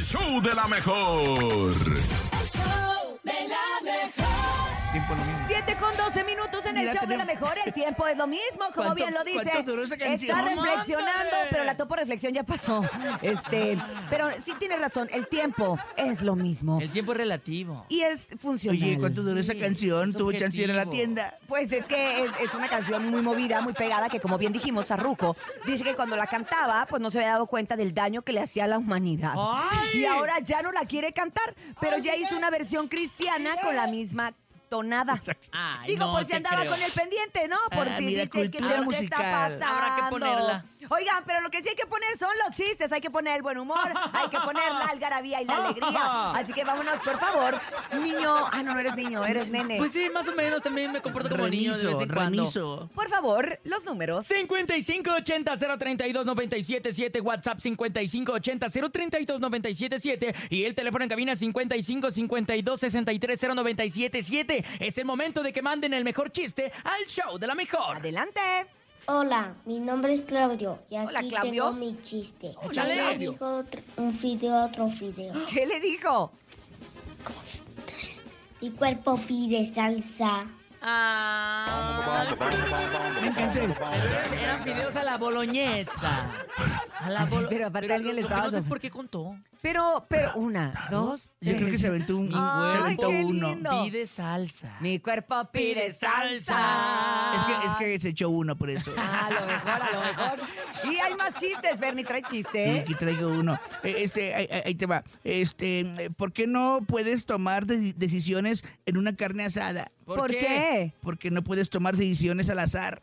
show de la mejor. El show de la mejor. Tiempo lo mismo. 7 con 12 minutos en Mira, el show de la tenemos- mejor. El tiempo es lo mismo, como ¿Cuánto- bien lo dice. cuánto duró esa canción? Está reflexionando, ¡Ándale! pero la topo reflexión ya pasó. Este, pero sí tiene razón, el tiempo es lo mismo. El tiempo es relativo. Y es funcional. Oye, ¿cuánto duró esa Sí, canción? es ¿Tuvo chance de ir a la objetivo. tienda? Pues es que es, es una canción muy movida, muy pegada, que como bien dijimos, Sarruco dice que cuando la cantaba, pues no se había dado cuenta del daño que le hacía a la humanidad. ¡Ay! Y ahora ya no la quiere cantar, pero ya hizo una versión cristiana con la misma tonada. Ay, Digo, no por si te andaba creo. con el pendiente, ¿no? Por Ah, si mira, dice que cultura algo te musical. está pasando. Habrá que ponerla. Oigan, pero lo que sí hay que poner son los chistes. Hay que poner el buen humor, hay que poner la algarabía y la alegría. Así que vámonos, por favor. Niño, ah, no, no eres niño, eres nene. Pues sí, más o menos también me comporto como niño de vez Remiso, en cuando. remiso. Por favor, los números. 5580-032-977, WhatsApp 5580-032-977 y el teléfono en cabina 5552-630977. Es el momento de que manden el mejor chiste al show de la mejor. Adelante. Hola, mi nombre es Claudio y aquí Hola, Claudio. tengo mi chiste. Hola, ¿Qué le Claudio. dijo otro- un fideo a otro fideo? ¿Qué le dijo? Mi cuerpo pide salsa. Ah. Me encantó. Eran videos a la boloñesa. A la bolo- Pero aparte alguien le lo que estaba No sé es sor- por qué contó. Pero, pero, una, dos, Yo creo que tres. se aventó un, Ay, se aventó qué uno. lindo. Pide salsa. Mi cuerpo pide salsa. Es que, es que se echó uno por eso. A lo mejor, a lo mejor. Y hay más chistes, Bernie, trae Y chiste. aquí traigo uno. Eh, Este, ahí, ahí- ahí te va. Este, eh, ¿por qué no puedes tomar deci- decisiones en una carne asada? ¿Por, qué? Porque no puedes tomar decisiones al azar.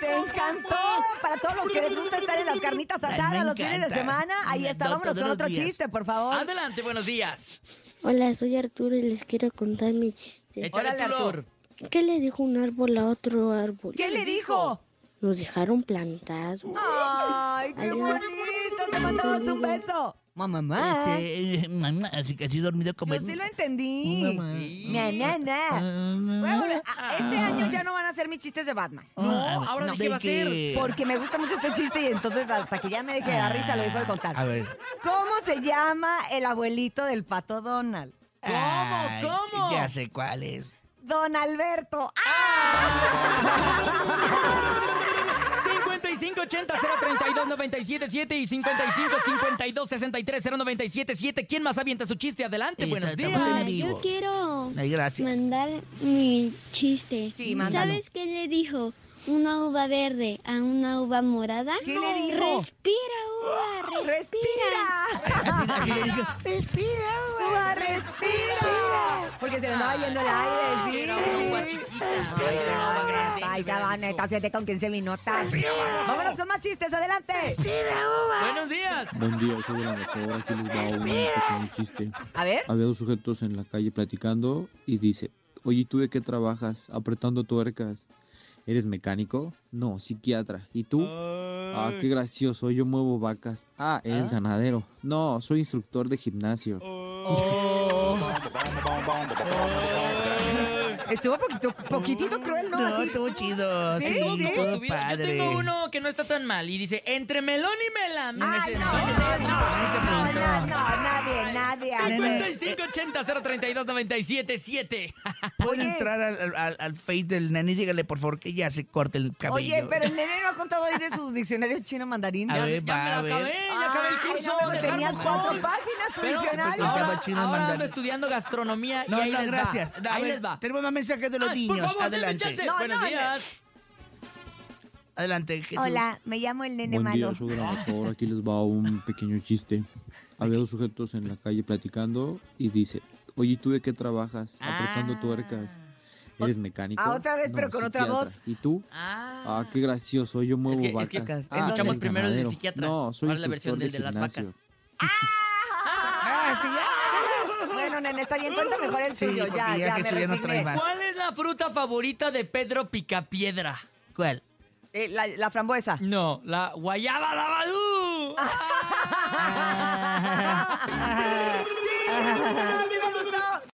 Te encantó. Para todos los que les gusta estar en las carnitas Ay, me asadas los fines de encanta. semana, ahí Me está. encanta Vámonos con todos otro los días. chiste, por favor. Adelante, buenos días. Hola, soy Arturo y les quiero contar mi chiste. Échale, Órale, Arturo. Arturo. ¿Qué le dijo un árbol a otro árbol? ¿Qué le dijo? Ah. Nos dejaron plantados. Ay, qué Adiós. bonito. Te mandamos un beso. Mamá. Este, eh, mm, así que así dormido como Ah. Yo el- sí lo entendí. Mamá. Na, na, na. Mm, Voy a volver- a- Este año ya no van a ser mis chistes de Batman. ah, No, ahora de no. qué va a ser. Eh. Porque me gusta mucho este chiste y entonces hasta que ya me deje de dar risa lo dejo de Ah, A contar. ver. ¿Cómo se llama el abuelito del pato Donald? Ay, ¿Cómo? Ya sé cuál es. Don Alberto. ¡Ah! 5580-032-977 y 5552-630977. ¿Quién más avienta su chiste? Adelante, Eh, buenos estamos días. en vivo. Yo quiero Ay, gracias. mandar mi chiste. Sí, mándalo. ¿Sabes qué le dijo una uva verde a una uva morada? ¿Qué le dijo? Respira, uva, respira. ¡Respira! Así, así le digo. Uva, ¡Respira! Porque se le andaba yendo el aire, sí. Ah, Era una uva chiquita, ahora era una uva grande, Ay, hubiera cabana, dicho. está 7 con 15 minutos. Vámonos con más chistes, adelante. Buenos días. Buen día, soy de la mejor. Aquí les va un pequeño chiste. A ver. Había dos sujetos en la calle platicando y dice: Oye, ¿tú de qué trabajas? Apretando tuercas. ¿Eres mecánico? No, psiquiatra. ¿Y tú? Ah, qué gracioso, yo muevo vacas. Ah, eres ganadero. No, soy instructor de gimnasio. Estuvo poquito, poquitito cruel, ¿no? No, Así. estuvo chido. Sí, Sí, sí. estuvo Todo subido. Yo padre. tengo uno que no está tan mal y dice, entre melón y melame. Ay, no, no, no, no, no, nadie, nadie. Nene. 5580-032-977. Pueden Oye. entrar al, al- al- al Face del nene y dígale, por favor, que ya se corte el cabello. Oye, pero el nene no ha contado hoy de sus diccionarios chino mandarín. A Ya, ver, ya va, a me ver. lo acabé, ya acabé el Ay, curso. no, pero pues de tenía Harvard cuatro College. páginas tu Pero, diccionario. ahora- Estaba chino ahora mandarín. ando estudiando gastronomía y No, ahí no, les va. gracias. A Ahí ver, les va. Tenemos más mensajes de los Ay, niños. Por favor, denme adelante. chance. No, Buenos no, días. Adelante, Jesús. me llamo el Buen día, soy de la mejor. Aquí les va un pequeño chiste. Había dos sujetos en la calle platicando y dice: Oye, ¿tú de qué trabajas? Apretando Ah. tuercas. ¿Eres mecánico? Ah, otra vez, pero con otra psiquiatra. voz. ¿Y tú? Ah. Ah, qué gracioso, yo muevo que- es vacas. que Ah, escuchamos eres primero el del ganadero. psiquiatra, No, soy ahora la versión instructor del de las gimnasio. vacas. Ah, sí, ya. Bueno, nene, está bien, cuenta mejor el Sí, tuyo. porque Ya, ya ya, me Jesús ya no trae resigné. más. ¿Cuál es la fruta favorita de Pedro Picapiedra? ¿Cuál? Eh, la, la frambuesa. No, la guayaba lavadú. Sí,